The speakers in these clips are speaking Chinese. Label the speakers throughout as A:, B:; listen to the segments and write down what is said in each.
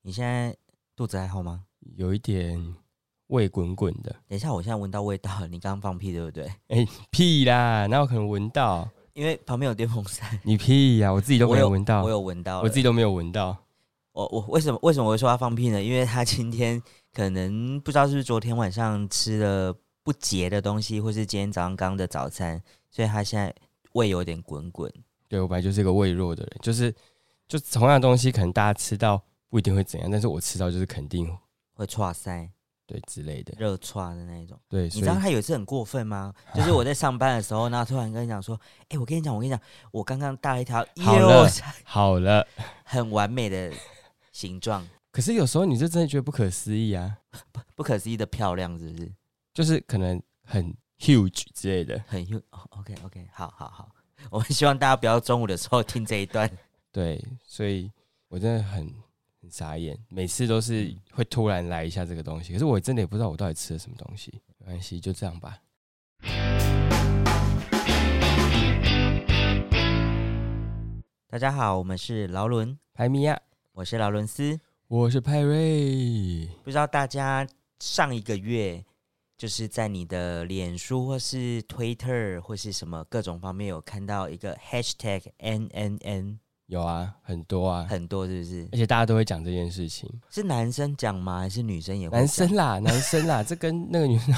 A: 你现在肚子还好吗？
B: 有一点味滚滚的。
A: 等一下，我现在闻到味道了，你刚刚放屁对不对？
B: 哎、屁啦，哪有可能闻到？
A: 因为旁边有电风扇，
B: 你屁呀、我自己都
A: 我
B: 没
A: 有
B: 闻到，
A: 我有闻到了。
B: 啊我自己都没有闻到。
A: 我我为什么为什么我会说他放屁呢？因为他今天可能不知道是不是昨天晚上吃了不洁的东西，或是今天早上刚的早餐，所以他现在胃有点滚滚。
B: 对我本来就是一个胃弱的人，就是就同样的东西，可能大家吃到不一定会怎样，但是我吃到就是肯定
A: 会串塞、
B: 对之类的。
A: 热串的那一种，
B: 对，
A: 你
B: 所
A: 知
B: 以
A: 道他有一次很过分吗？就是我在上班的时候，然后突然跟你讲说：“哎、我跟你讲，我跟你讲，我刚刚大了一条
B: 好
A: 又
B: 了好了，
A: 很完美的形状，
B: 可是有时候你就真的觉得不可思议啊，
A: 不可思议的漂亮，是不是？
B: 就是可能很 huge 之类的。
A: 很优、哦、，OK OK，好好好， 我们希望大家不要中午的时候听这一段。
B: 对，所以我真的很很傻眼，每次都是
A: 嗯
B: 会突然来一下这个东西，可是我真的也不知道我到底吃了什么东西。没关系，就这样吧。
A: 大家好，我们是劳伦，
B: 派米啊亚，
A: 我是劳伦斯。
B: 我是派瑞。
A: 不知道大家上一个月就是在你的脸书或是 Twitter 或是什么各种方面有看到一个 Hashtag N N N
B: 有啊，很多啊，
A: 很多，是不是？
B: 而且大家都会讲这件事情。
A: 是男生讲吗？还是女生也会讲？
B: 男生啦，男生啦，这跟那个女生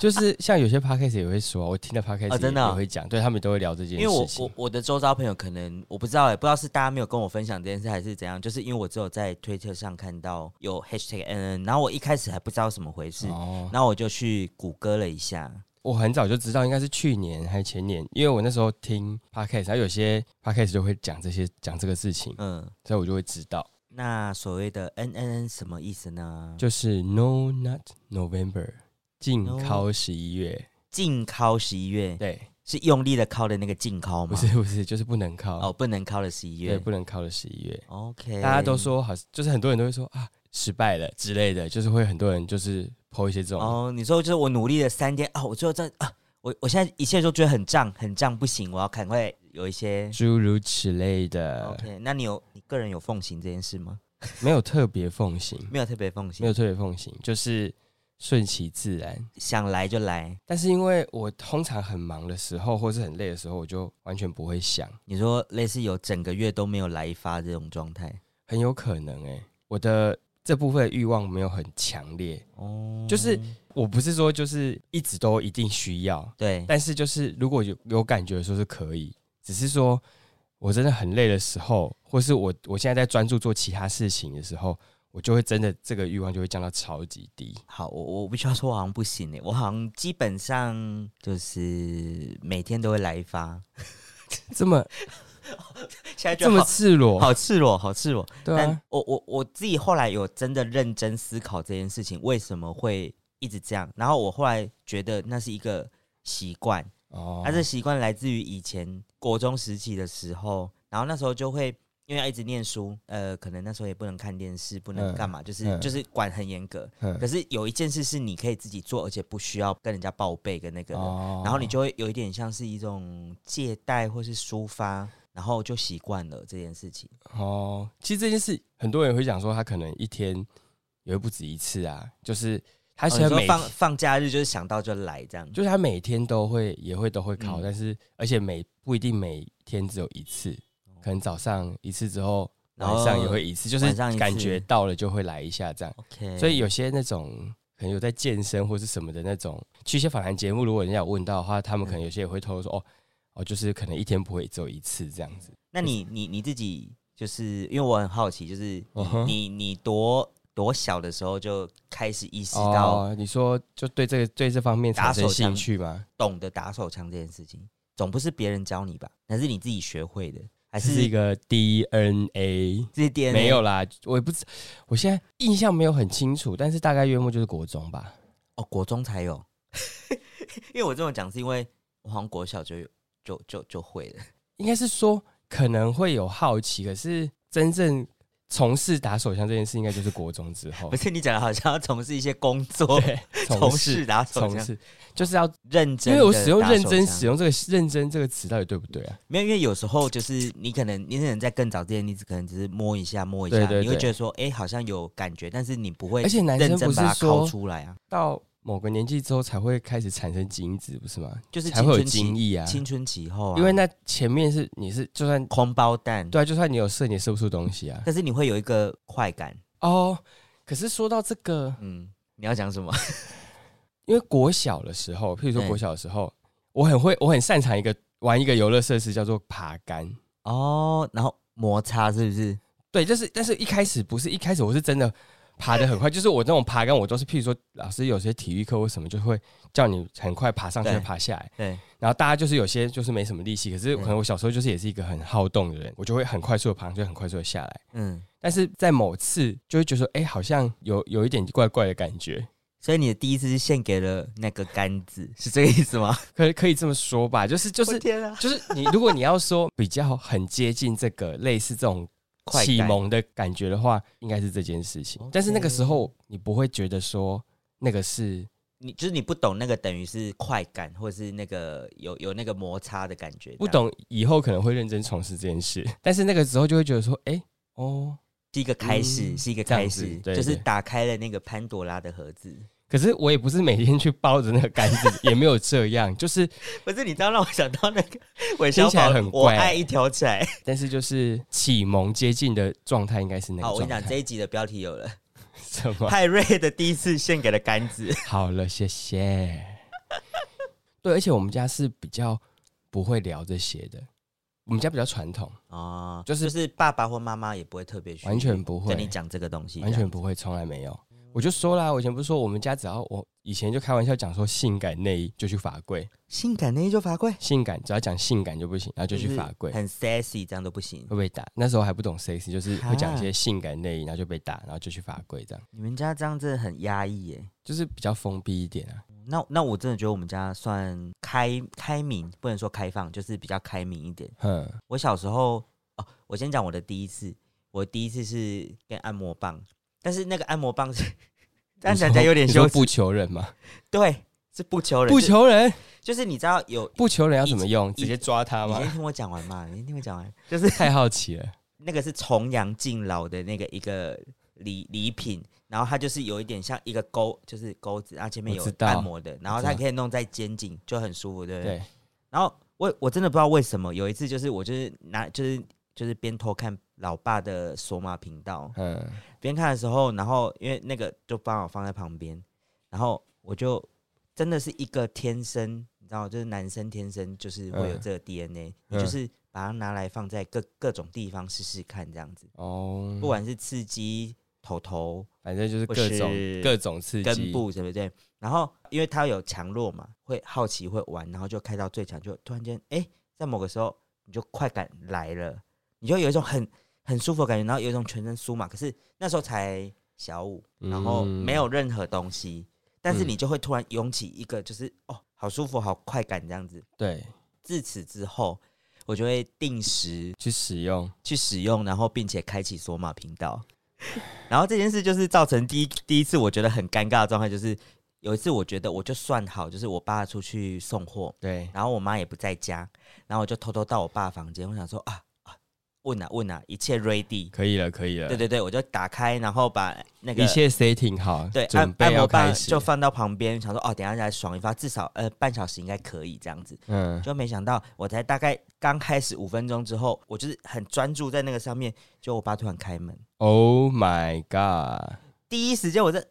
B: 就是像有些 podcast 也会说，我听的 podcast
A: 哦真的哦
B: 也会讲，对他们都会聊这件
A: 因为我
B: 事情哦
A: 我。我的周遭朋友可能我不知道哎、不知道是大家没有跟我分享这件事还是怎样，就是因为我只有在推特上看到有 hashtag NN，然后我一开始还不知道什么回事，
B: 哦，
A: 然后我就去谷歌了一下，
B: 我很早就知道，应该是去年还是前年，因为我那时候听 podcast，然后有些 podcast 就会讲这些讲这个事情，
A: 嗯，
B: 所以我就会知道，
A: 那所谓的 NNN 什么意思呢？就
B: 就是 No Not November，禁
A: No
B: 靠十一月，
A: 禁靠十一月
B: 对，
A: 是用力的靠的那个禁靠
B: 不
A: 吗？
B: 是不是，就是不能靠，
A: 哦，不能靠的十一
B: 对，
A: 月。嗯
B: 不能靠的十一月。
A: OK，
B: 大家都说好，就是很多人都会说啊，失败了之类的，就是会很多人就是抛一些这种，
A: 哦，你说就是我努力了三天啊，我最后在啊，我我现在一切都觉得很胀，很胀，不行，我要赶快有一些
B: 诸如此类的
A: OK，那你有你个人有奉行这件事吗？
B: 没有特别奉行，
A: 没有特别奉行，
B: 没有特别奉行，就是顺其自然。
A: 想来就来。
B: 但是因为我通常很忙的时候，或是很累的时候，我就完全不会想，
A: 你说类似有整个月都没有来一发这种状态
B: 很有可能哎、我的这部分的欲望没有很强烈。
A: 哦，
B: 就是我不是说就是一直都一定需要，
A: 对，
B: 但是就是如果有有感觉说是可以，只是说我真的很累的时候，或是我我现在在专注做其他事情的时候，我就会真的这个欲望就会降到超级低。
A: 好，我我必须要说，我好像不行哎，我好像基本上就是每天都会来一发，
B: 这么
A: 现在
B: 这
A: 就
B: 么
A: 好
B: 赤裸，
A: 好赤裸，好赤裸。
B: 对
A: 但
B: 啊，
A: 我我我自己后来有真的认真思考这件事情，为什么会一直这样？然后我后来觉得那是一个习惯，
B: 哦
A: 他这习惯来自于以前国中时期的时候，然后那时候就会因为要一直念书，呃，可能那时候也不能看电视，不能
B: 嗯
A: 干嘛，就是、
B: 嗯
A: 就是管很严格。
B: 嗯
A: 可是有一件事是你可以自己做，而且不需要跟人家报备跟那个的，
B: 哦
A: 然后你就会有一点像是一种借贷或是抒发，然后就习惯了这件事情。
B: 哦，其实这件事很多人会讲说，他可能一天也会不止一次啊，就是他
A: 而
B: 其实每、
A: 哦放放假日就是想到就来这样，
B: 就是他每天都会也会都会
A: 嗯
B: 考，但是而且每不一定每天只有一次，可能早上一次之后。
A: 然
B: 晚
A: 后
B: 上也会一次，就是
A: 哦晚上一次哦
B: 感觉到了就会来一下这样。
A: OK，
B: 所以有些那种可能有在健身或是什么的那种，去一些访谈节目，如果人家有问到的话，他们可能
A: 嗯
B: 有些也会透露说，哦哦，就是可能一天不会只有一次这样子。
A: 那你你你自己就是因为我很好奇，就是
B: 嗯哼
A: 你你多多小的时候就开始意识到
B: 哦、你说就对这个对这方面产
A: 打
B: 生
A: 手枪
B: 兴趣吗？
A: 懂得打手枪这件事情，总不是别人教你吧？还是你自己学会的？还
B: 这
A: 是
B: 是一个 DNA。
A: 这些 DNA
B: 没有啦，我也不知，我现在印象没有很清楚，但是大概约莫就是国中吧。
A: 哦，国中才有。 因为我这么讲是因为我好像国小就有就就就会了。
B: 应该是说可能会有好奇，可是真正从事打手枪这件事，应该就是国中之后
A: 不，是你讲的好像要从事一些工作，
B: 哦对，
A: 从
B: 事
A: 事打手
B: 从
A: 枪，
B: 事就是要，
A: 认
B: 因
A: 真。
B: 为我使用认真使
A: 用，
B: 用这个“认真”这个词到底对不对啊？
A: 没有，因为有时候就是你可能你可能在更早之前，你只可能只是摸一下摸一下，
B: 对对
A: 你会
B: 对
A: 觉得说，哎、好像有感觉，但是你不会
B: 而且男生
A: 认
B: 不
A: 真
B: 是
A: 把它
B: 说
A: 抠出来啊，
B: 到某个年纪之后才会开始产生精子，不是吗？
A: 就是
B: 才
A: 青
B: 会有
A: 春
B: 精
A: 期、
B: 液啊，
A: 青春期后啊，
B: 因为那前面是你是就算
A: 空包蛋，
B: 对啊，就算你有射，你也射不出东西啊。
A: 但是你会有一个快感，
B: 哦，可是说到这个，
A: 嗯，你要讲什么？
B: 因为国小的时候，譬如说
A: 对
B: 国小的时候，我很会，我很擅长一个玩一个游乐设施叫做爬杆。
A: 哦，然后摩擦是不是？
B: 对，就是但是一开始不是一开始我是真的爬得很快，就是我那种爬杆，我都是譬如说老师有些体育课或什么就会叫你很快爬上去
A: 对
B: 爬下来，
A: 对，
B: 然后大家就是有些就是没什么力气，可是可能我小时候就是也是一个很好动的人，我就会很快速的爬上去，很快速的下来。
A: 嗯，
B: 但是在某次就会觉得说，哎、好像有有一点怪怪的感觉，
A: 所以你的第一次是献给了那个杆子，是这个意思 吗？
B: 可可以这么说吧，就是就
A: 就是天啊，
B: 就是你，如果你要说比较很接近这个类似这种
A: 快
B: 启
A: 感
B: 蒙的感觉的话，应该是这件事情
A: OK。
B: 但是那个时候你不会觉得说那个是
A: 你就是你不懂那个等于是快感，或者是那个有有那个摩擦的感觉，这样
B: 不懂，以后可能会认真从事这件事，
A: 啊
B: 但是那个时候就会觉得说，哎、哦，
A: 是一个开始，
B: 嗯
A: 是一个
B: 这样
A: 开
B: 子
A: 始，
B: 对
A: 就是
B: 对
A: 打开了那个潘多拉的盒子。
B: 可是我也不是每天去包着那个杆子，也没有这样，就是，
A: 不是你这样让我想到那个韦
B: 听
A: 小
B: 起来
A: 宝，
B: 很
A: 我
B: 怪
A: 爱一条柴。
B: 但是就是启蒙接近的状态应该是那
A: 好，我
B: 个
A: 跟你
B: 状
A: 讲，这
B: 态。
A: 一集的标题有了，
B: 什么？
A: 派瑞的第一次献给了杆 子。
B: 好了，谢 谢。对，而且我们家是比较不会聊这些的，我们家比较传统，
A: 哦，
B: 就是
A: 就是爸爸或妈妈也不会特别去
B: 完全不会
A: 跟你，讲这个东西，
B: 完全不会，从来没有。我就说啦，我以前不是说我们家只要我以前就开玩笑讲说性感内衣就去法柜，
A: 性感内衣就罚跪，
B: 性感只要讲性感就不行，然后就去
A: 是
B: 法柜。
A: 很 sexy 这样都不行。
B: 会被打，那时候还不懂 sexy，就是会讲一
A: 啊
B: 些性感内衣，然后就被打，然后就去法柜，这样
A: 你们家这样真的很压抑耶。
B: 就是比较封闭一点啊。
A: 那那我真的觉得我们家算开开明，不能说开放，就是比较开明一点。
B: 哼，
A: 我小时候哦，我先讲我的第一次，我第一次是跟按摩棒，但是那个按摩棒是， 但想起来有点
B: 你说
A: 羞
B: 你说不
A: 耻，
B: 求人吗？
A: 对，是不求人，
B: 不
A: 就
B: 求人，
A: 就是你知道有，
B: 不求人要怎么用？
A: 以
B: 直接抓他
A: 你
B: 吗
A: 先？听我讲完嘛， 你先听我讲完，就是
B: 太好奇了。
A: 那个是重阳敬老的那个一个礼礼品，然后它就是有一点像一个钩，就是钩子，然后前面
B: 我
A: 有
B: 知道
A: 按摩的，然后
B: 我知道
A: 它可以弄在肩颈，就很舒服，对不对？
B: 对，
A: 然后我我真的不知道为什么，有一次就是我就是拿就是就是边偷看老爸的索马频道，
B: 嗯，
A: 边看的时候，然后因为那个就帮我放在旁边，然后我就真的是一个天生，你知道，就是男生天生就是会有
B: 嗯
A: 这个 DNA，、
B: 嗯
A: 你就是把它拿来放在各各种地方试试看，这样子，
B: 哦，
A: 不管是刺激头头、
B: 反正就是
A: 或
B: 各种
A: 是
B: 各种刺
A: 根
B: 激，
A: 部，对不对？然后因为它有强弱嘛，会好奇会玩，然后就开到最强，就突然间，哎、在某个时候你就快感来了，你就有一种很很舒服的感觉，然后有一种全身酥麻，可是那时候才小五。然后没有任何东西，但是
B: 嗯
A: 你就会突然涌起一个就是哦，好舒服，好快感这样子。
B: 对
A: 自此之后，我就会定时
B: 去使用，
A: 去使用，然后并且开启索马频 道。然后这件事就是造成第一第一次我觉得很尴尬的状态，就是有一次我觉得我就算好，就是我爸出去送货，
B: 对，
A: 然后我妈也不在家，然后我就偷偷到我爸房间，我想说啊啊，问啊问啊，一切 ready。
B: 可以了，可以了，
A: 对对对，我就打开，然后把那个
B: 一切 setting 好，
A: 对，按
B: 准
A: 按
B: 备要
A: 摩
B: 开
A: 棒
B: 始
A: 就，放到旁边，想说哦，等一下来爽一发，至少呃半小时应该可以这样子。
B: 嗯，
A: 就没想到，我才大概刚开始五分钟之后，我就是很专注在那个上面，就我爸突然开门，
B: Oh my god！
A: 第一时间我这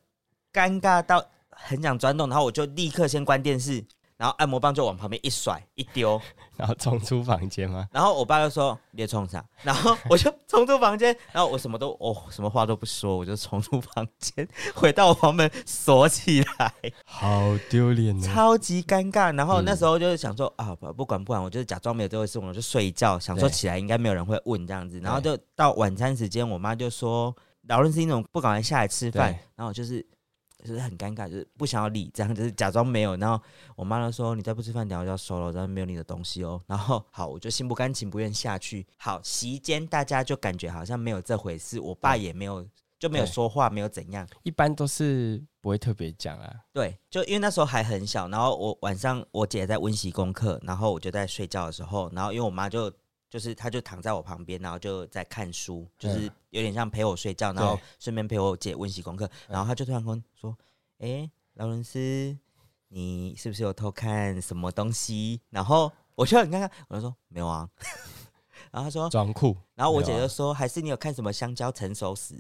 A: 尴尬到很想钻洞，然后我就立刻先关电视，然后按摩棒就往旁边一甩一丢，
B: 然后冲出房间吗？
A: 然后我爸就说别冲上，然后我就冲出房间，然后我什么都我、什么话都不说，我就冲出房间，回到我房门锁起来。
B: 好丢脸哦！
A: 超级尴尬。然后
B: 嗯
A: 那时候就是想说、啊，不不管不管，我就是假装没有这回事，我就睡觉，想说
B: 对
A: 起来应该没有人会问这样子。然后就到晚餐时间，我妈就说老人是那种不赶快下来吃饭
B: 对，
A: 然后我就是就是很尴尬，就是不想要理，这样就是假装没有。然后我妈就说：“你再不吃饭，等下就要收了，然后没有你的东西哦。” 然后好，我就心不甘情不愿下去。好，席间大家就感觉好像没有这回事，我爸也没有就没有
B: 对
A: 说话，没有怎样。
B: 一般都是不会特别讲啊。
A: 对，就因为那时候还很小，然后我晚上我姐在温习功课，然后我就在睡觉的时候，然后因为我妈就就是她就躺在我旁边，然后就在看书，就是
B: 嗯
A: 有点像陪我睡觉，然
B: 对嗯
A: 后顺便陪我姐温习功课，然后她就突然跟我说：“哎、劳伦斯，你是不是有偷看什么东西？”然后我就很尴尬，我就说：“没有啊。”然后她说：“
B: 装酷，
A: 然后我姐
B: 没有
A: 就
B: 啊
A: 说：“还是你有看什么香蕉成熟时？”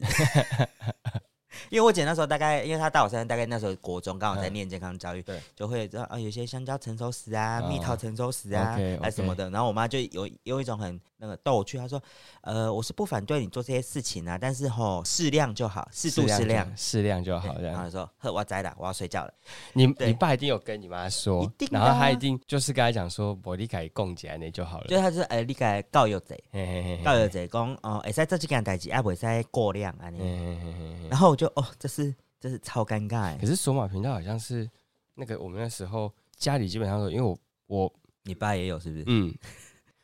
A: 因为我姐那时候大概，因为她大我三岁，大概那时候国中刚好在
B: 嗯
A: 念健康教育，
B: 对
A: 就会知道啊，有些香蕉成熟时啊，
B: 哦
A: 蜜桃成熟时啊，
B: OK，OK
A: 啊什么的。然后我妈就有用一种很那个逗我去，她说：“呃，我是不反对你做这些事情啊，但是吼适量就好，适度适量。”
B: 适量就好。
A: 对
B: 这
A: 然后
B: 样，
A: 她说：“呵，我要摘了，我要睡觉了。
B: 你
A: 对
B: 你爸一定有跟你妈说
A: 一定，的
B: 然
A: 啊
B: 后他一定就是跟他讲说，我理解供起来那就好”
A: 就
B: 了。
A: 她就是哎，你该告有贼，
B: 嘿嘿嘿嘿
A: 告有贼讲哦，会使做这件代志，啊，袂使过量啊
B: 嘿
A: 你。
B: 嘿嘿嘿嘿
A: 然后我就哦，这是这是超尴尬哎
B: 可，是索马频道好像是那个我们那时候家里基本上都有因为我我
A: 你爸也有是不是？
B: 嗯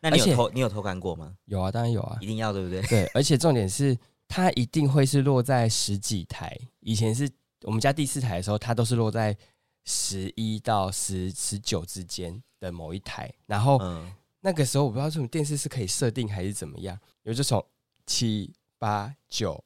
A: 那你
B: 而且
A: 有偷你有偷看过吗？
B: 有啊，当然有啊
A: 一，定要对不对？
B: 对，而且重点是它一定会是落在十几台，以前是我们家第四台的时候，它都是落在十一到十十九之间的某一台，然后
A: 嗯，
B: 那个时候我不知道什么电视是可以设定还是怎么样，有就从七八九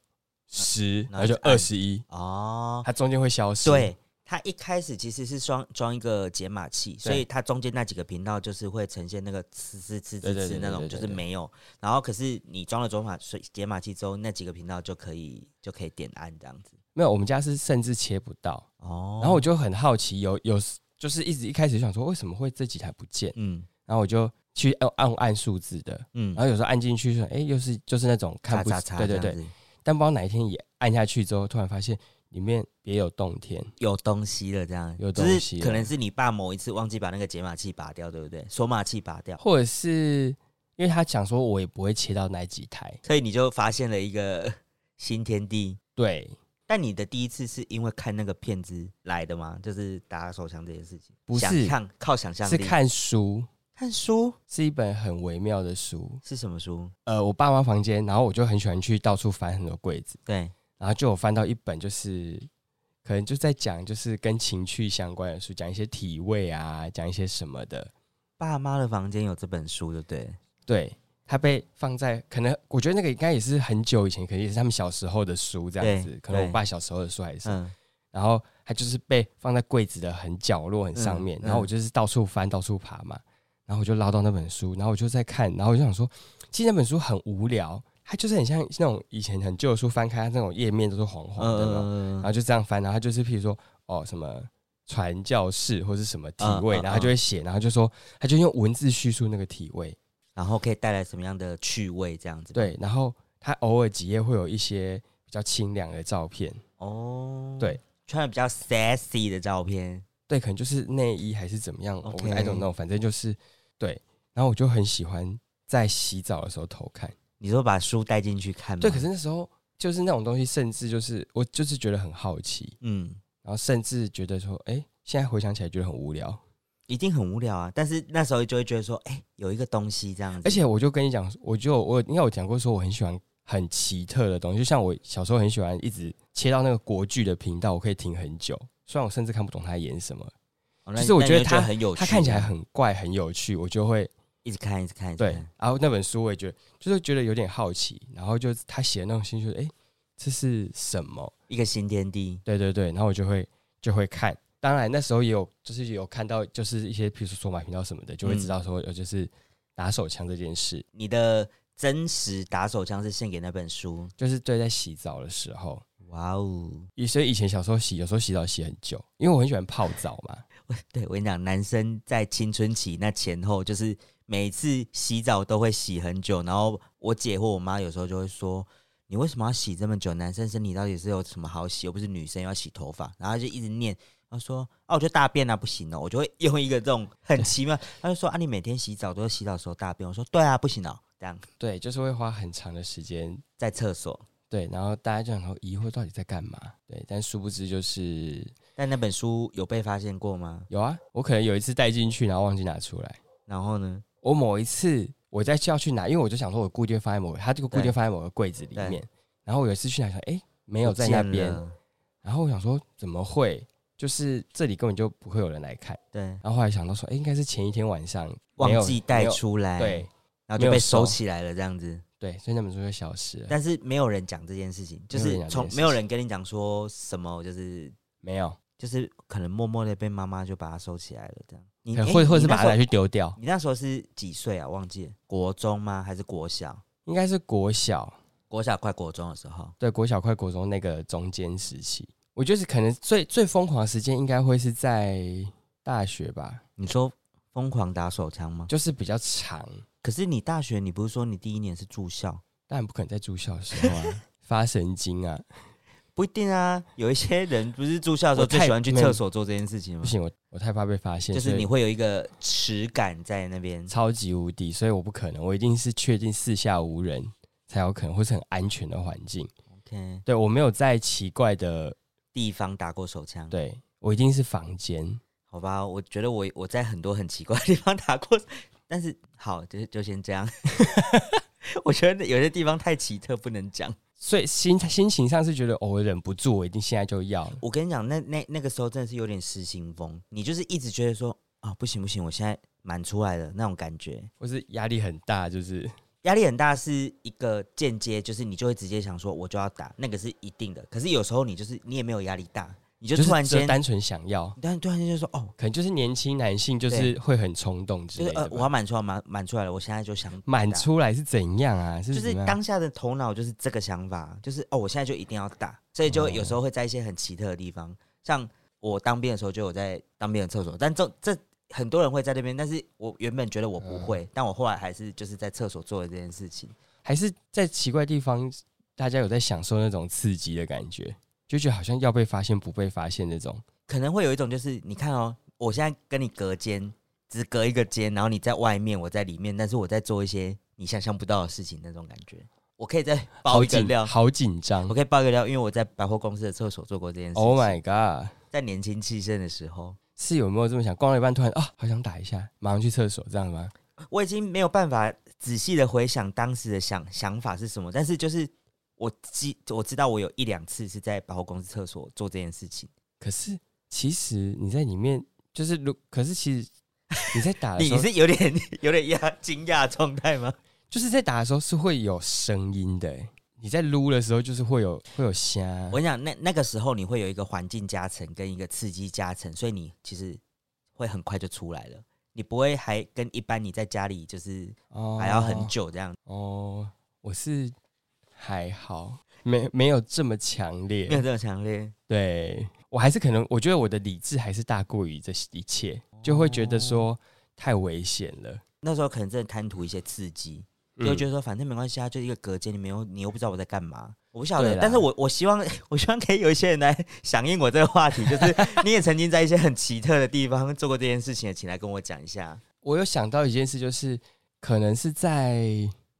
B: 十，
A: 然后
B: 然后
A: 就
B: 就二十一，
A: 哦，
B: 它中间会消失。
A: 对，它一开始其实是装装一个解码器，所以
B: 对
A: 它中间那几个频道就是会呈现那个呲呲呲呲
B: 对对
A: 呲
B: 对
A: 那种，
B: 对对对
A: 就是
B: 对
A: 没有。然后可是你装了解码水解码器之后，那几个频道就可以就可以点按这样子。
B: 没有，我们家是甚至切不到。
A: 哦，
B: 然后我就很好奇，有有就是一直一开始就想说为什么会这几台不见，
A: 嗯
B: 然后我就去按按按数字的，
A: 嗯，
B: 然后有时候按进去说，哎、又是就是那种看不
A: 叉叉叉
B: 对
A: 这
B: 对
A: 样
B: 对，
A: 子，
B: 但不知道哪一天也按下去之后，突然发现里面别有洞天，
A: 有东西了这样，
B: 有
A: 就
B: 东
A: 是
B: 西
A: 可
B: 了
A: 能是你爸某一次忘记把那个解码器拔掉，对不对？索码器拔掉，
B: 或者是因为他讲说我也不会切到哪几台，
A: 所以你就发现了一个 新天地。
B: 对，
A: 但你的第一次是因为看那个片子来的吗？就是打手枪这件事情，
B: 不是
A: 想象靠想象力，
B: 是看书，
A: 看书
B: 是一本很微妙的书。
A: 是什么书？
B: 呃，我爸妈房间，然后我就很喜欢去到处翻很多柜子，
A: 对，
B: 然后就有翻到一本就是。可能就在讲，就是跟情趣相关的书，讲一些体位啊，讲一些什么的。
A: 爸妈的房间有这本书，对不对？
B: 对，它被放在可能，我觉得那个应该也是很久以前，可能也是他们小时候的书这样
A: 对
B: 子，可能
A: 对
B: 我爸小时候的书还是，
A: 嗯，
B: 然后它就是被放在柜子的很角落、很上面，
A: 嗯
B: 然后
A: 嗯
B: 我就是到处翻、到处爬嘛，然后我就捞到那本书，然后我就在看，然后我就想说，其实那本书很无聊，它就是很像那种以前很旧的书，翻开它那种页面都是黄黄的啊嘛，
A: 嗯
B: 然后就这样翻，然后他就是譬如说哦什么传教士或是什么体
A: 嗯
B: 位，
A: 嗯
B: 然后他就会写，然后就说他就用文字叙述那个体位。
A: 然后可以带来什么样的趣味？这样子，，
B: 对，然后它偶尔几页会有一些比较清凉的照片，
A: 哦，
B: 对，
A: 穿的比较 sexy 的照片，
B: 对，可能就是内衣还是怎么样
A: OK
B: 我们 I don't know，反正就是对。然后我就很喜欢在洗澡的时候偷看，
A: 你说把书带进去看吗？
B: 对，可是那时候就是那种东西，甚至就是我就是觉得很好奇，
A: 嗯，
B: 然后甚至觉得说，哎、现在回想起来觉得很无聊。
A: 一定很无聊啊。但是那时候就会觉得说，哎、有一个东西这样子，
B: 而且我就跟你讲，我就我应该有讲过，说我很喜欢很奇特的东西，就像我小时候很喜欢一直切到那个国剧的频道，我可以停很久，虽然我甚至看不懂他演什么。
A: 哦那
B: 就
A: 你
B: 是我
A: 那你
B: 觉得
A: 就
B: 它
A: 很有趣，
B: 它看起来很怪、很有趣，我就会
A: 一直看，一直看，一直
B: 对
A: 看。
B: 然后那本书我也觉得，就是觉得有点好奇，然后就他写的那种心，就是哎，诶这是什么？
A: 一个新天地，
B: 对对对，然后我就会就会看。当然那时候也有，就是有看到，就是一些譬如说索马频道什么的，就会
A: 嗯
B: 知道说，呃，就是打手枪这件事，
A: 你的真实打手枪是献给那本书。
B: 就是对在洗澡的时候。
A: 哇哦！
B: 也所以以前小时候洗，有时候洗澡洗很久，因为我很喜欢泡澡嘛。
A: 对我跟你讲，男生在青春期那前后，就是每次洗澡都会洗很久。然后我姐或我妈有时候就会说：“你为什么要洗这么久？男生身体到底是有什么好洗？又不是女生要洗头发。”然后她就一直念。她说：“啊，我觉得大便啊不行哦。”我就会 用一个这种很奇妙，她就说：“啊，你每天洗澡都是洗澡的时候大便。”我说：“对啊，不行哦，这样
B: 对，就是会花很长的时间
A: 在厕所。
B: 对，然后大家就很疑惑到底在干嘛，对，但殊不知就是
A: 但那本书有被发现过吗？
B: 有啊，我可能有一次带进去，然后忘记拿出来。
A: 然后呢？
B: 我某一次我在校去拿，因为我就想说，我固定放在某，它这个固
A: 对
B: 定放在某个柜子里
A: 对
B: 面。然后我有一次去拿，想哎、诶没
A: 没
B: 有在那边。然后我想说，怎么会？就是这里根本就不会有人来看。
A: 对，
B: 然后后来想到说，哎、应该是前一天晚上没有
A: 忘记带
B: 没有
A: 出来，
B: 对，
A: 然后
B: 没
A: 就
B: 有
A: 被收
B: 收
A: 起来了，这样子。
B: 对，所以那本书就消失了。
A: 但是没有人讲这件事情，就
B: 没有
A: 是
B: 人讲这
A: 从
B: 件事
A: 没有人跟你讲说什么，就是
B: 没有，
A: 就是可能默默的被妈妈就把它收起来了，这样。你
B: 可
A: 诶
B: 或者或者
A: 你
B: 是
A: 那
B: 把它拿
A: 时候
B: 去丢掉，
A: 你那时候是几岁啊？忘记了国中吗？还是国小？
B: 应该是国小，
A: 国小快国中的时候，
B: 对，国小快国中那个中间时期。我就是可能最最疯狂的时间，应该会是在大学吧，
A: 你说疯狂打手枪吗？
B: 就是比较长。
A: 可是你大学，你不是说你第一年是住校？
B: 当然不可能在住校的时候啊， 发神经啊！
A: 不一定啊，有一些人不是住校的时候
B: 我太
A: 最喜欢去
B: 没有
A: 厕所做这件事情吗
B: 不？行，我我太怕被发现，
A: 就是
B: 所以
A: 你会有一个耻感在那边。
B: 超级无敌，所以我不可能，我一定是确定四下无人才有可能，或是很安全的环境。
A: OK，
B: 对我没有在奇怪的，
A: 地方打过手枪。
B: 对我一定是房间。
A: 好吧，我觉得我我在很多很奇怪的地方打过， 但是好，就就先这样。 我觉得有些地方太奇特，不能讲。
B: 所以心心情上是觉得，哦，我忍不住，我一定现在就要了。
A: 我跟你讲，那那那个时候真的是有点失心疯，你就是一直觉得说啊，不行不行，我现在满出来了那种感觉，
B: 或是压力很大，就是
A: 压力很大，是一个间接，就是你就会直接想说我就要打，那个是一定的。可是有时候你就是你也没有压力大，你就
B: 就是
A: 突然
B: 只有
A: 间，
B: 单纯想要，
A: 但突然间就说哦，
B: 可能就是年轻男性就是会很冲动之
A: 就是
B: 类
A: 呃
B: 的，
A: 我要
B: 吧。
A: 满出来满满出来了，我现在就想
B: 满
A: 打
B: 出来是怎样啊？是
A: 就是
B: 怎么样
A: 当下的头脑就是这个想法，就是哦，我现在就一定要打，所以就
B: 哦
A: 有时候会在一些很奇特的地方，像我当兵的时候就有在当兵的厕所，但这这很多人会在那边，但是我原本觉得我不
B: 嗯
A: 会，但我后来还是就是在厕所做了这件事情。
B: 还是在奇怪地方，大家有在享受那种刺激的感觉，就觉得好像要被发现不被发现那种。
A: 可能会有一种就是，你看哦，我现在跟你隔间，只隔一个间，然后你在外面，我在里面，但是我在做一些你想象不到的事情那种感觉。我可以再爆
B: 好
A: 一个
B: 紧
A: 料，
B: 好紧张
A: 我。可以爆一个料，因为我在百货公司的厕所做过这件事情。
B: Oh my god！
A: 在年轻气盛的时候。
B: 是有没有这么想？逛到一半突然啊，好想打一下，马上去厕所，这样吗？
A: 我已经没有办法仔细的回想当时的想想法是什么，但是就是我记我知道我有一两次是在百货公司厕所做这件事情。
B: 可是其实你在里面就是如，可是其实你在打的
A: 你
B: 时候，
A: 是有点有点压惊讶的状态吗？
B: 就是在打的时候是会有声音的、欸你在撸的时候就是会有会有虾，
A: 我跟你讲，那那个时候你会有一个环境加成跟一个刺激加成，所以你其实会很快就出来了。你不会还跟一般你在家里就是
B: 哦
A: 还要很久这样，
B: 哦。我是还好，没没有这么强烈，
A: 没有这种强烈，
B: 对我还是可能，我觉得我的理智还是大过于这一切，就会觉得说太危险了，
A: 那时候可能真的贪图一些刺激，哦
B: 嗯
A: 就会觉得说反正没关系啊，就一个隔间，你没有你又不知道我在干嘛，我不晓得
B: 对。啦
A: 但是我我希望我希望可以有一些人来响应我这个话题，就是你也曾经在一些很奇特的地方做过这件事情的，请来跟我讲一下。
B: 我有想到一件事，就是可能是在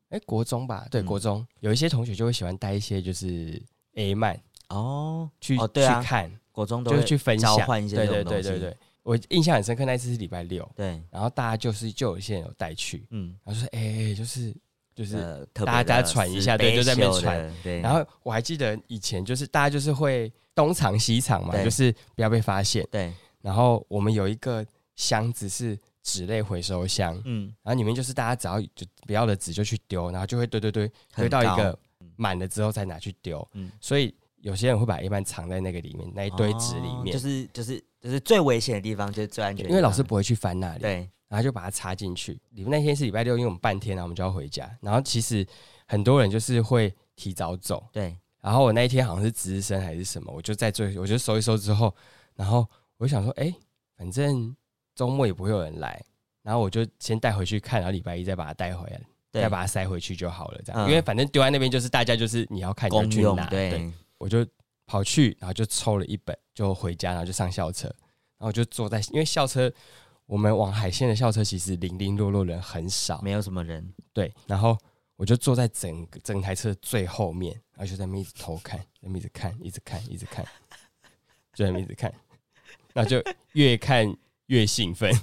B: 哎国中吧，对、
A: 嗯
B: 国中有一些同学就会喜欢带一些就是 A 漫
A: 哦，
B: 去、
A: 哦对啊
B: 去看，
A: 国中都
B: 就是
A: 会
B: 去分
A: 交
B: 享，
A: 换一些
B: 对
A: 这种
B: 对
A: 东
B: 对
A: 西
B: 对对。我印象很深刻，那一次是礼拜六，
A: 对，
B: 然后大家就是就有一些人有带去，
A: 嗯，
B: 然后就说哎、哎就是就是、
A: 呃特别
B: 大家
A: 的
B: 喘一下对就在那边
A: special 的
B: 喘，
A: 对，
B: 然后我还记得以前就是大家就是会东藏西藏嘛，
A: 对
B: 就是不要被发现。
A: 对，
B: 然后我们有一个箱子是纸类回收箱，
A: 嗯，
B: 然后里面就是大家只要就不要的纸就去丢，然后就会堆堆堆
A: 很
B: 堆到一
A: 高
B: 个满了之后再拿去丢。
A: 嗯
B: 所以有些人会把 A 漫藏在那个里面那一堆纸里
A: 哦
B: 面，
A: 就是就是就是最危险的地方，就是最安全的地
B: 因
A: 方，
B: 为老师不会去翻那里，
A: 对
B: 然后就把它插进去。里面那天是礼拜六，因为我们半天，然后我们就要回家。然后其实很多人就是会提早走，
A: 对，
B: 然后我那一天好像是值日生还是什么，我就在最，我就收一收之后，然后我就想说，哎、反正周末也不会有人来，然后我就先带回去看，然后礼拜一再把它带回来，
A: 对
B: 再把它塞回去就好了，这样，
A: 嗯
B: 因为反正丢在那边就是大家就是你要看你就
A: 公
B: 去
A: 用
B: 拿，对，
A: 对，
B: 我就跑去，然后就抽了一本，就回家，然后就上校车，然后我就坐在，因为校车我们往海线的校车其实零零落落人很少，
A: 没有什么人，
B: 对，然后我就坐在整个整台车的最后面，然后就在那边一直偷看，在那边一直看，一直看，一直看，就在那边一直看，然后就越看越兴奋。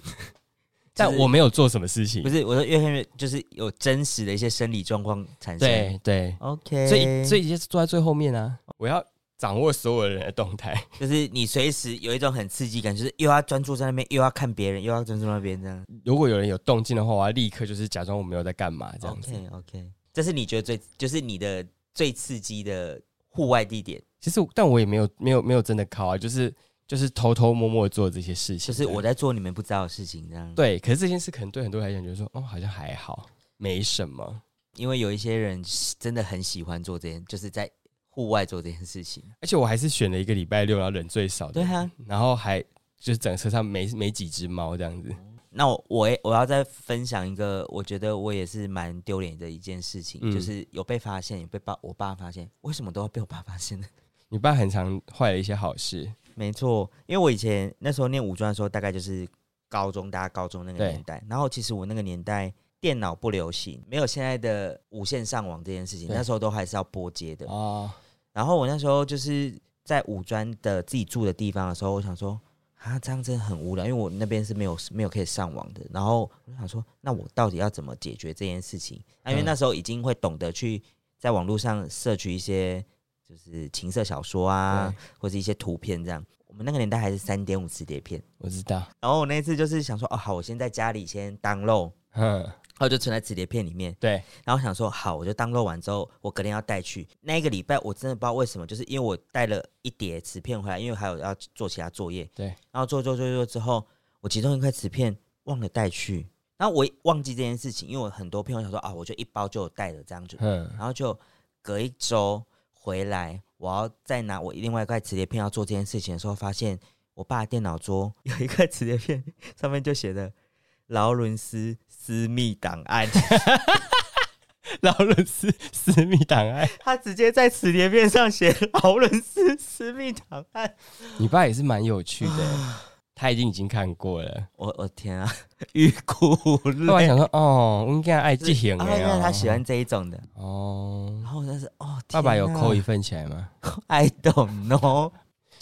B: 但我没有做什么事情
A: 不，是，我说越看越就是有真实的一些生理状况产生。
B: 对对，
A: ，OK，
B: 所以所以就是坐在最后面啊，我要掌握所有人的动态。
A: 就是你随时有一种很刺激感，就是又要专注在那边，又要看别人，又要专注那边这样。
B: 如果有人有动静的话，我要立刻就是假装我没有在干嘛这样子。
A: OK OK，这是你觉得最就是你的最刺激的户外地点，
B: 其实，但我也没有没有没有真的靠啊，就是就是偷偷摸摸地做这些事
A: 就
B: 情。
A: 是我
B: 在
A: 在做你们不知道的事情这样。，
B: 对，可是这件事可能对很多人来讲，就是说哦，好像还好，没什么。
A: 因为有一些人是真的很喜欢做这件，就是在户外做这件事情。
B: 而且我还是选了一个礼拜六，然后人最少的，
A: 对啊，
B: 然后还就是整个车上没没几只猫这样子。
A: 那我我也我要再分享一个，我觉得我也是蛮丢脸的一件事情，
B: 嗯
A: 就是有被发现，有被爸我爸发现，为什么都要被我爸发现呢？
B: 你爸很常坏了一些好事，
A: 没错，因为我以前那时候念五专的时候，大概就是高中，大家高中那个
B: 对
A: 年代。然后其实我那个年代电脑不流行，没有现在的无线上网这件事情，
B: 对
A: 那时候都还是要拨接的。
B: 哦，
A: 然后我那时候就是在五专的自己住的地方的时候，我想说啊，这样真的很无聊，因为我那边是没有没有可以上网的。然后我就想说，那我到底要怎么解决这件事情？那、因为
B: 嗯
A: 那时候已经会懂得去在网络上摄取一些就是情色小说啊，或者一些图片这样。我们那个年代还是三点五磁碟片。
B: 我知道，
A: 然后我那一次就是想说，哦，好，我先在家里先 download，
B: 嗯，
A: 然后就存在磁碟片里面。
B: 对，
A: 然后想说好，我就当漏完之后，我隔天要带去。那一个礼拜我真的不知道为什么，就是因为我带了一叠磁片回来，因为还有要做其他作业。
B: 对，
A: 然后做做做做之后，我其中一块磁片忘了带去，然后我忘记这件事情，因为我很多片我想说啊，我就一包就有带了这样子，
B: 嗯，
A: 然后就隔一周回来，我要再拿我另外一块磁碟片要做这件事情的时候，发现我爸的电脑桌有一块磁碟片，上面就写的劳伦斯私密档案。
B: 劳伦斯 私密档案，
A: 他直接在磁碟片上写 劳伦斯私密档案。
B: 你爸也是蛮有趣 的，他已经已经看过了。
A: 我我天啊， 欲哭无泪。
B: 后来想说，哦，我应该爱记型
A: 啊，
B: 的
A: 因为
B: 哦。
A: 他喜欢这一种的。
B: 哦
A: 然。后我就是哦，
B: 爸爸有扣一
A: 一
B: 份起来吗？
A: ，I don't know。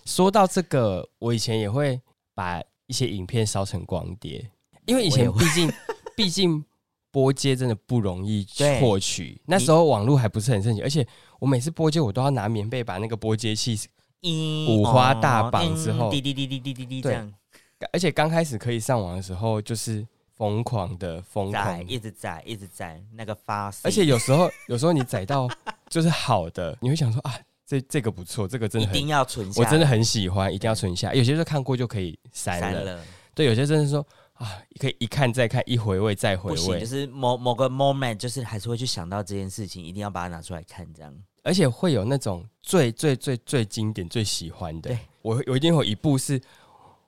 B: 说到这个，我以前也会把一些影片烧成光碟，因为以前
A: 我
B: 毕 竟毕竟播接真的不容易
A: 对
B: 获取，那时候网络还不是很盛行，而且我每次播接我都要拿棉被把那个播接器，
A: 一
B: 五花大绑之后
A: 嗯滴滴滴滴滴滴滴这
B: 对
A: 样
B: 而且刚开始可以上网的时候就是疯狂的疯
A: 载，
B: 狂，
A: 啊一直载，一直载，那个发丝，
B: 而且有时候有时候你载到就是好的，你会想说啊，这这个不错，这个真
A: 一
B: 的很
A: 定要存下
B: 我
A: 来，
B: 真的很喜欢，一定要存下。有些就看过就可以删了，
A: 删了，
B: 对，有些真的说啊，可以一看再看，一回味再回
A: 不行，
B: 味，
A: 就是某某个 moment，就是还是会去想到这件事情，一定要把它拿出来看，这样。
B: 而且会有那种最最最最经典、最喜欢的
A: 对。
B: 我我一定有一部是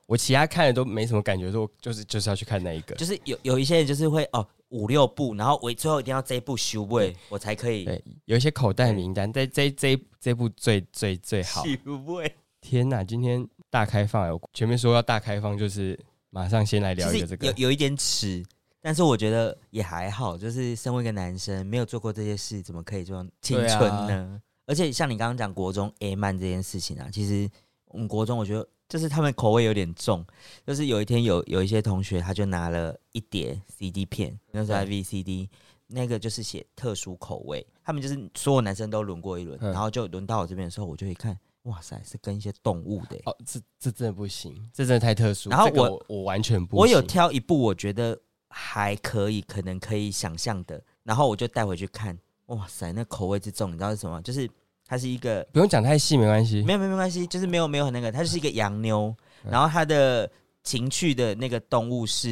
B: 我其他看的都没什么感觉，说我就是就是要去看那一个。
A: 就是有有一些人就是会哦五六步，然后我最后一定要这一步修位，我才可以
B: 对，有一些口袋名单，但这这这这部最最最好。
A: 修位。
B: 天哪，今天大开放哎！我前面说要大开放，就是马上先来
A: 其
B: 聊一个这
A: 实有
B: 个。
A: 有一点耻，但是我觉得也还好，就是身为一个男生，没有做过这些事，怎么可以这种青春
B: 啊
A: 呢？而且像你刚刚讲国中 A 漫这件事情啊，其实我们国中我觉得就是他们口味有点重，就是有一天有有一些同学他就拿了一碟 CD 片，那时候还 VCD，那个就是写特殊口味，他们就是所有男生都轮过一轮，
B: 嗯
A: 然后就轮到我这边的时候，我就一看，哇塞，是跟一些动物的欸、
B: 哦，这这真的不行，这真的太特殊。
A: 然后
B: 这个
A: 我
B: 我我完全不行。
A: 我有挑一部我觉得还可以，可能可以想象的，然后我就带回去看。哇塞，那口味之重，你知道是什么吗？就是它是一个
B: 不用讲太细，没关系。
A: 没有没有没关系，就是没有没有很那个，它就是一个洋妞，
B: 嗯
A: 然后它的情趣的那个动物是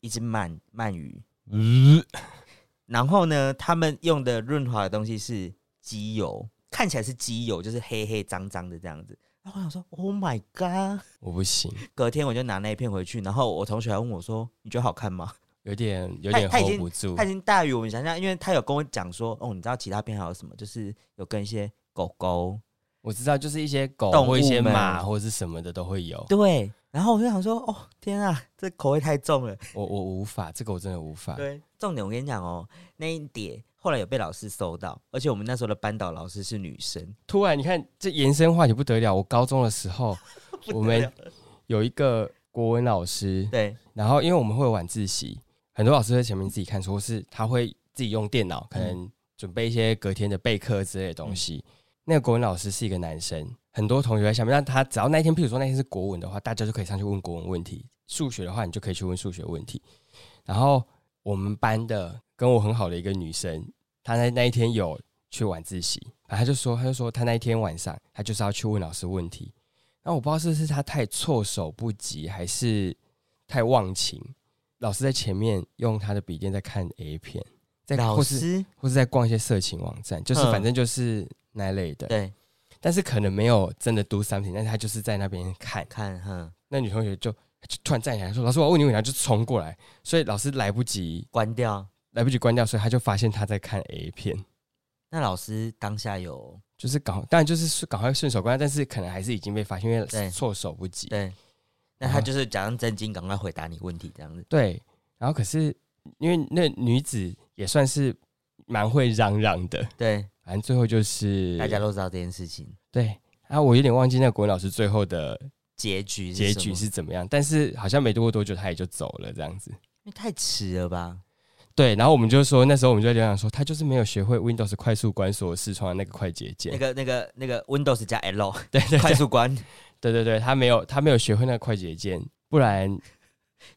A: 一只鳗鳗鱼，
B: 嗯
A: 然后呢，他们用的润滑的东西是机油，看起来是机油，就是黑黑脏脏的这样子。然后我想说，Oh my god！
B: 我不行，
A: 隔天我就拿那一片回去，然后我同学还问我说：“你觉得好看吗？”
B: 有点有
A: 他
B: 点
A: 他已
B: hold
A: 经
B: 不住
A: 他已。经大于我们想象，因为他有跟我讲说，哦，你知道其他片还有什么？就是有跟一些狗
B: 哦
A: 狗
B: 我知道，就是一些狗
A: 动物
B: 或一些
A: 们
B: 马或是什么的都会有。
A: 对，然后我就想说，哦，天啊，这口味太重了。
B: 我我无法，这个我真的无法。
A: 对，重点我跟你讲哦，那一碟后来有被老师搜到，而且我们那时候的班导老师是女生，
B: 突然你看这延伸话题不得了，我高中的时候我们有一个国文老师，
A: 对
B: 然后因为我们会有晚自习，很多老师在前面自己看书，或是他会自己用电脑，可能准备一些隔天的备课之类的东西。那个国文老师是一个男生，很多同学在下面，但他只要那一天，譬如说那天是国文的话，大家就可以上去问国文问题；数学的话，你就可以去问数学问题。然后我们班的跟我很好的一个女生，她在那一天有去晚自习，然后她就说，她就说她那一天晚上，她就是要去问老师问题。那我不知道是不是她太措手不及，还是太忘情。老师在前面用他的笔电在看 A 片，在
A: 老
B: 或是
A: 师
B: 或是在逛一些色情网站，就是
A: 嗯
B: 反正就是那类的。
A: 对
B: 但是可能没有真的 do something，但是他就是在那边看。
A: 看哼
B: 那女同学就就突然站起来说：“老师，我要问你问题。”然后就冲过来，所以老师来不及
A: 关掉。
B: 来不及关掉，所以他就发现他在看 A 片，
A: 那老师当下有
B: 就是赶，当然就是顺赶快顺手关掉，但是可能还是已经被发现，因为
A: 对
B: 措手不及。
A: 对，那
B: 啊
A: 他就是假装震惊，赶快回答你问题这样子。
B: 对，然后可是因为那女子也算是蛮会嚷嚷的，
A: 对，
B: 反正最后就是
A: 大家都知道这件事情，
B: 对。啊，我有点忘记那个国文老师最后的
A: 结局是
B: 结
A: 什
B: 局
A: 么
B: 是怎么样，但是好像没过多久他也就走了这样子。
A: 因为太迟了吧？
B: 对，然后我们就说，那时候我们就在想说，他就是没有学会 Windows 快速关锁视窗的那个快捷键。
A: 那个、那个、那个 Windows 加 L
B: 对对
A: 快速关，
B: 对对对，他没有他没有学会那个快捷键，不然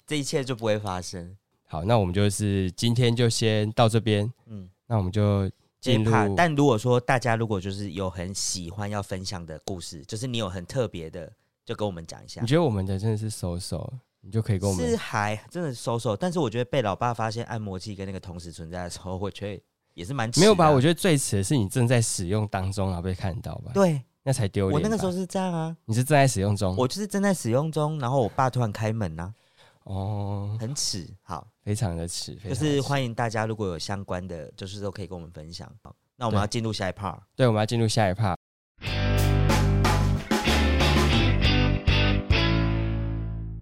A: 这一切就不会发生。
B: 好，那我们就是今天就先到这边，
A: 嗯，
B: 那我们就进
A: 这
B: 入
A: 一 part，但如果说大家如果就是有很喜欢要分享的故事，就是你有很特别的，就跟我们讲一下
B: 你。觉得我们的真的是收手，你就可以跟我
A: 是
B: 们
A: 还真的收手，但是我觉得被老爸发现按摩器跟那个同时存在的时候，我觉得也是蛮、啊
B: 没有吧？我觉得最耻的是你正在使用当中，然后被看到吧
A: 得，对
B: 那才丢脸吧。哦
A: 我那个时候是这样啊，
B: 你是正在使用中，
A: 我就是正在使用中，然后我爸突然开门呐、
B: 哦，
A: 很耻。好，
B: 非常的耻，非
A: 就
B: 常的
A: 是
B: 耻
A: 欢迎大家如果有相关的，就是都可以跟我们分享。好，那我们
B: 对
A: 要进入下一 part。
B: 对，我们要进入下一趴。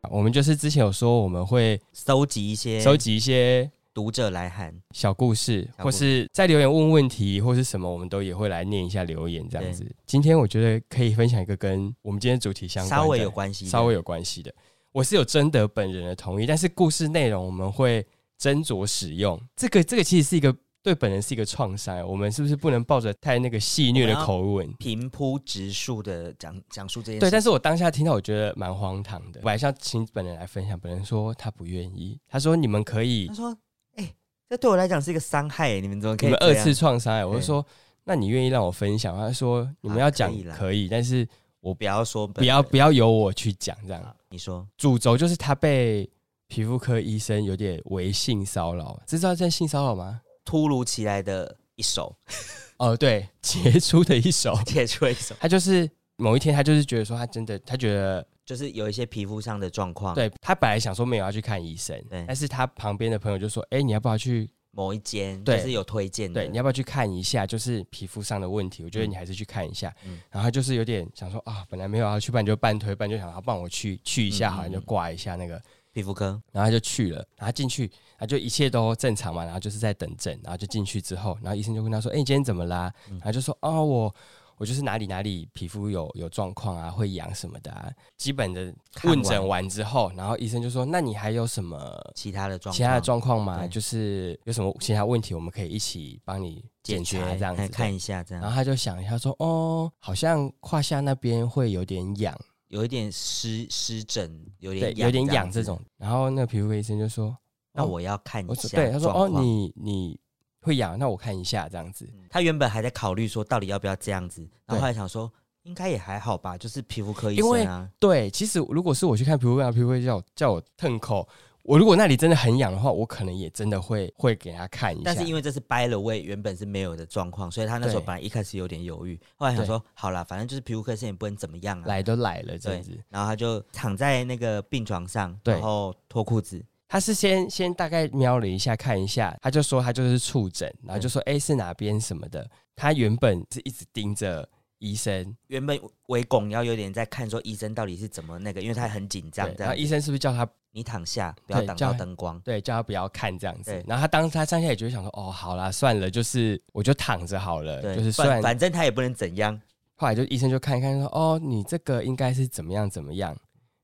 B: 我们就是之前有说我们会
A: 收集一些
B: 收集一些
A: 读者来函，
B: 小故事，
A: 小
B: 或
A: 故事
B: 是在留言问问题或是什么，我们都也会来念一下留言这样
A: 对
B: 子。今天我觉得可以分享一个跟我们今天主题相关的
A: 稍微有关系的，
B: 稍微有关系的，我是有征得本人的同意，但是故事内容我们会斟酌使用。这个这个其实是一个对本人是一个创伤，我们是不是不能抱着太那个戏谑的
A: 我们要
B: 口吻？
A: 平铺直述的讲讲述这件事。
B: 对，但
A: 是
B: 是我当下听到，我觉得蛮荒唐的。我还是要请本人来分享，本人说他不愿意，他说你们可以
A: 他，说：“哎、这对我来讲是一个伤害、你们怎么可
B: 你
A: 以
B: 们
A: 这
B: 二
A: 样
B: 次创伤、欸。我就
A: 对
B: 说，那你愿意让我分享吗？他说你们
A: 啊
B: 要
A: 可
B: 讲
A: 以啦
B: 可以，但是
A: 不要说本
B: 不要
A: 人
B: 不要由我去讲这样。
A: 好你说
B: 主轴就是他被皮肤科医生有点为性骚扰，这知道在性骚扰吗？
A: 突如其来的一手，
B: 哦，对，杰出的一手，
A: 解出一手，
B: 他就是某一天，他就是觉得说他真的，他觉得
A: 就是有一些皮肤上的状况，，
B: 对他本来想说没有要去看医生
A: 啊对，
B: 但是他旁边的朋友就说，哎、你要不要去？
A: 某一间就
B: 对
A: 是有推荐的，
B: 对，你要不要去看一下？就是皮肤上的问题，我觉得
A: 嗯
B: 你还是去看一下。
A: 嗯
B: 然后他就是有点想说啊，本来没有要去办，就半推半就想，啊，不然我去去一下，
A: 嗯
B: 好像就
A: 嗯嗯
B: 挂一下那个
A: 皮肤科，
B: 然后他就去了，然后他进去，然后就一切都正常嘛，然后就是在等诊，然后就进去之后，然后医生就问他说：“哎、你今天怎么啦？”
A: 嗯
B: 然后就说：“哦，我我就是哪里哪里皮肤有有状况啊，会痒什么的、啊。”基本的
A: 看完
B: 问诊完之后，然后医生就说：“那你还有什么
A: 其他的状况，
B: 其他的状况吗？
A: 对
B: 就是有什么其他问题，我们可以一起帮你
A: 解
B: 解
A: 决
B: 决这样
A: 哎
B: 子。”
A: 看一下这
B: 然
A: 样，
B: 后他就想一下说：“哦，好像胯下那边会有点痒。”
A: 有一点湿湿疹，有
B: 对，
A: 点
B: 有点
A: 痒
B: 痒
A: 子嗯
B: 这种，。然后那个皮肤科医生就说：“
A: 那
B: 哦
A: 我要看一
B: 我说
A: 下，
B: 对，他说哦，。你你会痒，那我看一下这样子。
A: 嗯他原本还在考虑说到底要不要这样子，然
B: 对
A: 后后来想说应该也还好吧，就是皮肤科医
B: 因为
A: 生啊，
B: 对，其实如果是我去看皮肤科，皮肤科会叫我叫我蹭口，我如果那里真的很痒的话，我可能也真的会会给他看一下。
A: 但是因为这是掰了位，原本是没有的状况，所以他那时候
B: 对
A: 本来一开始有点犹豫，后来想说好啦，反正就是皮肤科医生也不能怎么样啊，
B: 来都来了这样子，
A: 然后他就躺在那个病床上，
B: 对
A: 然后脱裤子，
B: 他是先先大概瞄了一下看一下，他就说他就是触诊，然后就说
A: 嗯
B: 哎、诶是哪边什么的。他原本是一直盯着医生，
A: 原本围拱要有点在看说医生到底是怎么那个，因为他很紧张
B: 对，
A: 这
B: 然后
A: 样
B: 医
A: 子，
B: 生是不是叫他
A: 你躺下，不要
B: 对
A: 挡
B: 叫
A: 到
B: 他
A: 灯光。
B: 对，叫他不要看这样子
A: 对。
B: 然后他当他当下也就会想说，哦，好啦，算了，就是我就躺着好了。
A: 对，
B: 就是虽然
A: 反反正他也不能怎样。
B: 后来就医生就看一看说，哦，你这个应该是怎么样怎么样。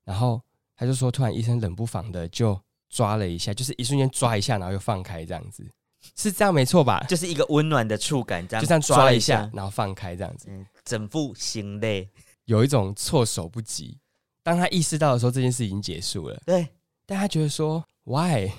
B: 然后他就说，突然医生冷不防的就抓了一下，就是一瞬间抓一下，然后又放开这样子，是这样没错吧？
A: 就是一个温暖的触感，这样
B: 就这样抓
A: 抓
B: 了
A: 一
B: 一下，，然后放开这样子，
A: 嗯，整副心累，
B: 有一种措手不及。当他意识到的时候，这件事已经结束了，
A: 对，
B: 但他觉得说，why？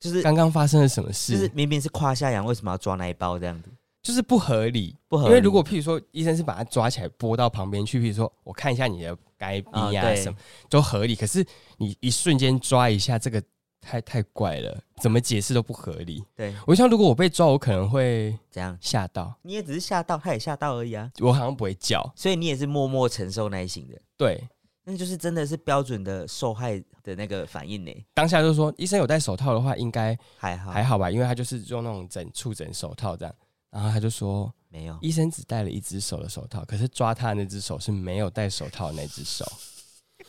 A: 就是
B: 刚刚发生了什么
A: 就
B: 事？
A: 是明明是胯下痒，为什么要抓那一包这样子？
B: 就是不合理。
A: 不合理，
B: 因为如果譬如说医生是把他抓起来拨到旁边去，譬如说我看一下你的该
A: 啊
B: 逼呀
A: 对
B: 什么、都合理，可是你一瞬间抓一下，这个太太怪了，怎么解释都不合理。
A: 对
B: 我想如果我被抓，我可能会
A: 怎样，
B: 吓到，
A: 你也只是吓到，他也吓到而已啊，
B: 我好像不会叫。
A: 所以你也是默默承受那一型的，
B: 对，
A: 那就是真的是标准的受害的那个反应呢，
B: 当下就说医生有戴手套的话，应该
A: 还好
B: 还好吧，因为他就是用那种整触诊手套这样。然后他就说，
A: 没有，
B: 医生只戴了一只手的手套，可是抓他的那只手是没有戴手套的那只手。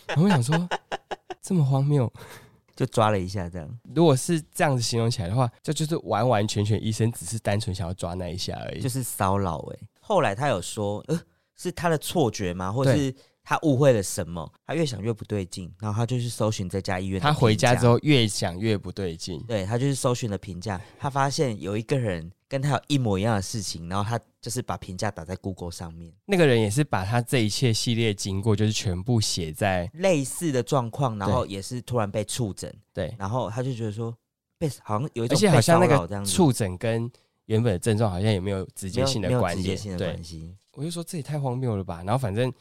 B: 然后我想说，这么荒谬，
A: 就抓了一下这样，
B: 如果是这样子形容起来的话，这就是完完全全医生只是单纯想要抓那一下而已。
A: 就是骚扰哎。后来他有说，呃，是他的错觉吗？或是他误会了什么？他越想越不对劲，然后他就去搜寻这家医院的评价。
B: 他回家之后越想越不对劲，
A: 对他就是搜寻了评价，他发现有一个人跟他有一模一样的事情，然后他就是把评价打在 Google 上面，
B: 那个人也是把他这一切系列经过就是全部写在
A: 类似的状况，然后也是突然被触诊，
B: 对，
A: 然后他就觉得说被好像有一
B: 而
A: 种
B: 且好
A: 被
B: 像
A: 骚
B: 那
A: 扰这
B: 个
A: 样子，
B: 触诊跟原本的症状好像也没有直
A: 没
B: 接
A: 有
B: 性
A: 没
B: 的
A: 有
B: 关
A: 直接
B: 联
A: 性。的
B: 对
A: 关，系，
B: 我就说这也太荒谬了吧。然后反正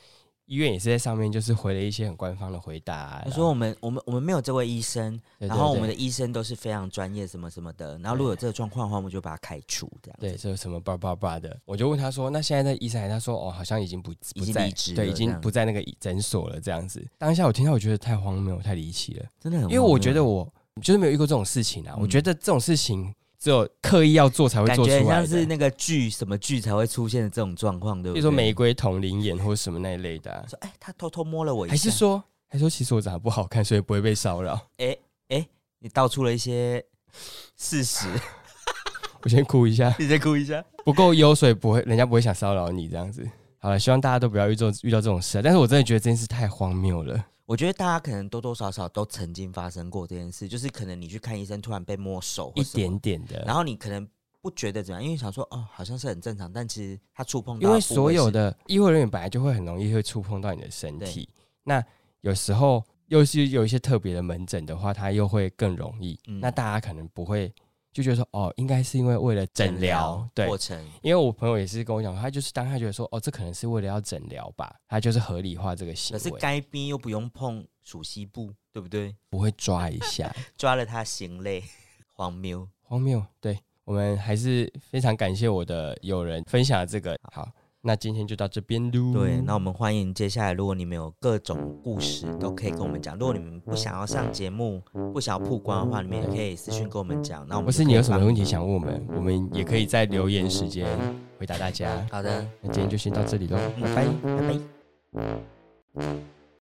B: 医院也是在上面就是回了一些很官方的回答、啊
A: 他说我们我们我们没有这位医生，
B: 然
A: 然后我们
B: 的
A: 的医生都是非常专业什么什么的，然后如果有这个状况的话，我们就把他开除这样。
B: 对，这有什么叭叭叭的，我就问他说，那现在那医生还？他说哦，好像已经不
A: 已
B: 不
A: 经
B: 在
A: 离职
B: 对，
A: 了
B: 已
A: 这
B: 经
A: 样
B: 不在那个诊所了，这样子。当下我听到，我觉得太荒谬，太离奇了，
A: 真的很
B: 因
A: 荒谬，
B: 为我觉得我就是没有遇过这种事情啊。我
A: 嗯
B: 觉得这种事情只有刻意要做才会
A: 感
B: 做出
A: 觉
B: 来
A: 很
B: 的，
A: 像是那个剧什么剧才会出现的这种状况，对不
B: 比
A: 对？
B: 如说玫瑰同龄眼或什么那一类的啊、
A: 说哎，他偷偷摸了我一下，
B: 还是说还说其实我长得不好看，所以不会被骚扰。
A: 你道出了一些事 实，
B: 我先哭一下，
A: 你再哭一下。
B: 不够优，所以不会人家不会想骚扰你这样子。好了，希望大家都不要遇到遇到这种事、啊，但是我真的觉得这件事太荒谬了。
A: 我觉得大家可能多多少少都曾经发生过这件事，就是可能你去看医生，突然被摸手或
B: 一
A: 什么，
B: 点点的，
A: 然后你可能不觉得怎么样，因为想说哦，好像是很正常，但其实他触碰到
B: 因为
A: 的部位
B: 所有
A: 是
B: 的医护人员本来就会很容易会触碰到你的身体，那有时候又是有一些特别的门诊的话，它又会更容易。
A: 嗯
B: 那大家可能不会就觉得说，哦，应该是因为为了诊疗，对
A: 过。程，
B: 因为我朋友也是跟我讲，他就是当他觉得说，哦，这可能是为了要诊疗吧，他就是合理化这个行
A: 可是
B: 为，
A: 该边又不用碰属膝部，对不对？
B: 不会抓一下，
A: 抓了他行嘞， 荒谬。
B: 荒谬。对我们还是非常感谢我的友人分享了这个。好，那今天就到这边喽。
A: 对，那我们欢迎接下来，如果你们有各种故事，都可以跟我们讲。如果你们不想要上节目，不想要曝光的话，你们也可以私讯跟我们讲。那我们
B: 或
A: 就是可
B: 你
A: 以
B: 有什么
A: 帮
B: 问题想问我们，我们也可以在留言时间回答大家。
A: 好的，嗯
B: 那今天就先到这里喽，拜拜。
A: 拜拜。